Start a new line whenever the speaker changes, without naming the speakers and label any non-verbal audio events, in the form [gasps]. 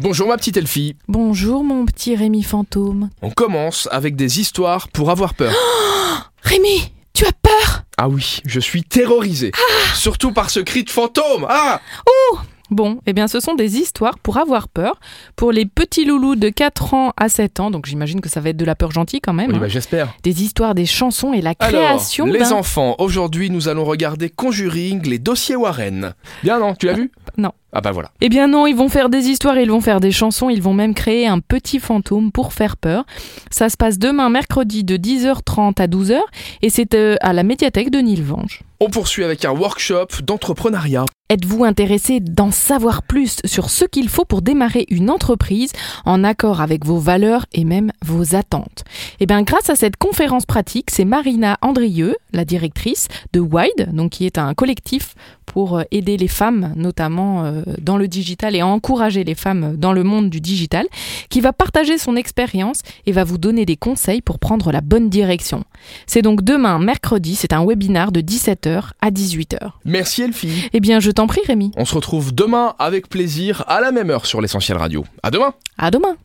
Bonjour ma petite Elfie.
Bonjour mon petit Rémi fantôme.
On commence avec des histoires pour avoir
[gasps]
peur.
Rémi, tu as peur
Ah oui, je suis terrorisé.
Ah.
Surtout par ce cri de fantôme. Ah
Bon, eh bien ce sont des histoires pour avoir peur, pour les petits loulous de 4 ans à 7 ans, donc j'imagine que ça va être de la peur gentille quand même.
Oui,
hein.
bah j'espère.
Des histoires, des chansons et la
Alors,
création
les
d'un...
enfants, aujourd'hui nous allons regarder Conjuring, les dossiers Warren. Bien non, tu l'as vu
Non.
Ah bah voilà.
Eh bien non, ils vont faire des histoires, ils vont faire des chansons, ils vont même créer un petit fantôme pour faire peur. Ça se passe demain mercredi de 10h30 à 12h et c'est euh, à la médiathèque de Nilvange.
On poursuit avec un workshop d'entrepreneuriat.
Êtes-vous intéressé d'en savoir plus sur ce qu'il faut pour démarrer une entreprise en accord avec vos valeurs et même vos attentes Eh bien, grâce à cette conférence pratique, c'est Marina Andrieux, la directrice de WIDE, donc qui est un collectif pour euh, aider les femmes, notamment euh, dans le digital et à encourager les femmes dans le monde du digital, qui va partager son expérience et va vous donner des conseils pour prendre la bonne direction. C'est donc demain, mercredi, c'est un webinar de 17h à 18h.
Merci Elfie.
Eh bien, je t'en prie, Rémi.
On se retrouve demain avec plaisir à la même heure sur l'essentiel radio. À demain.
À demain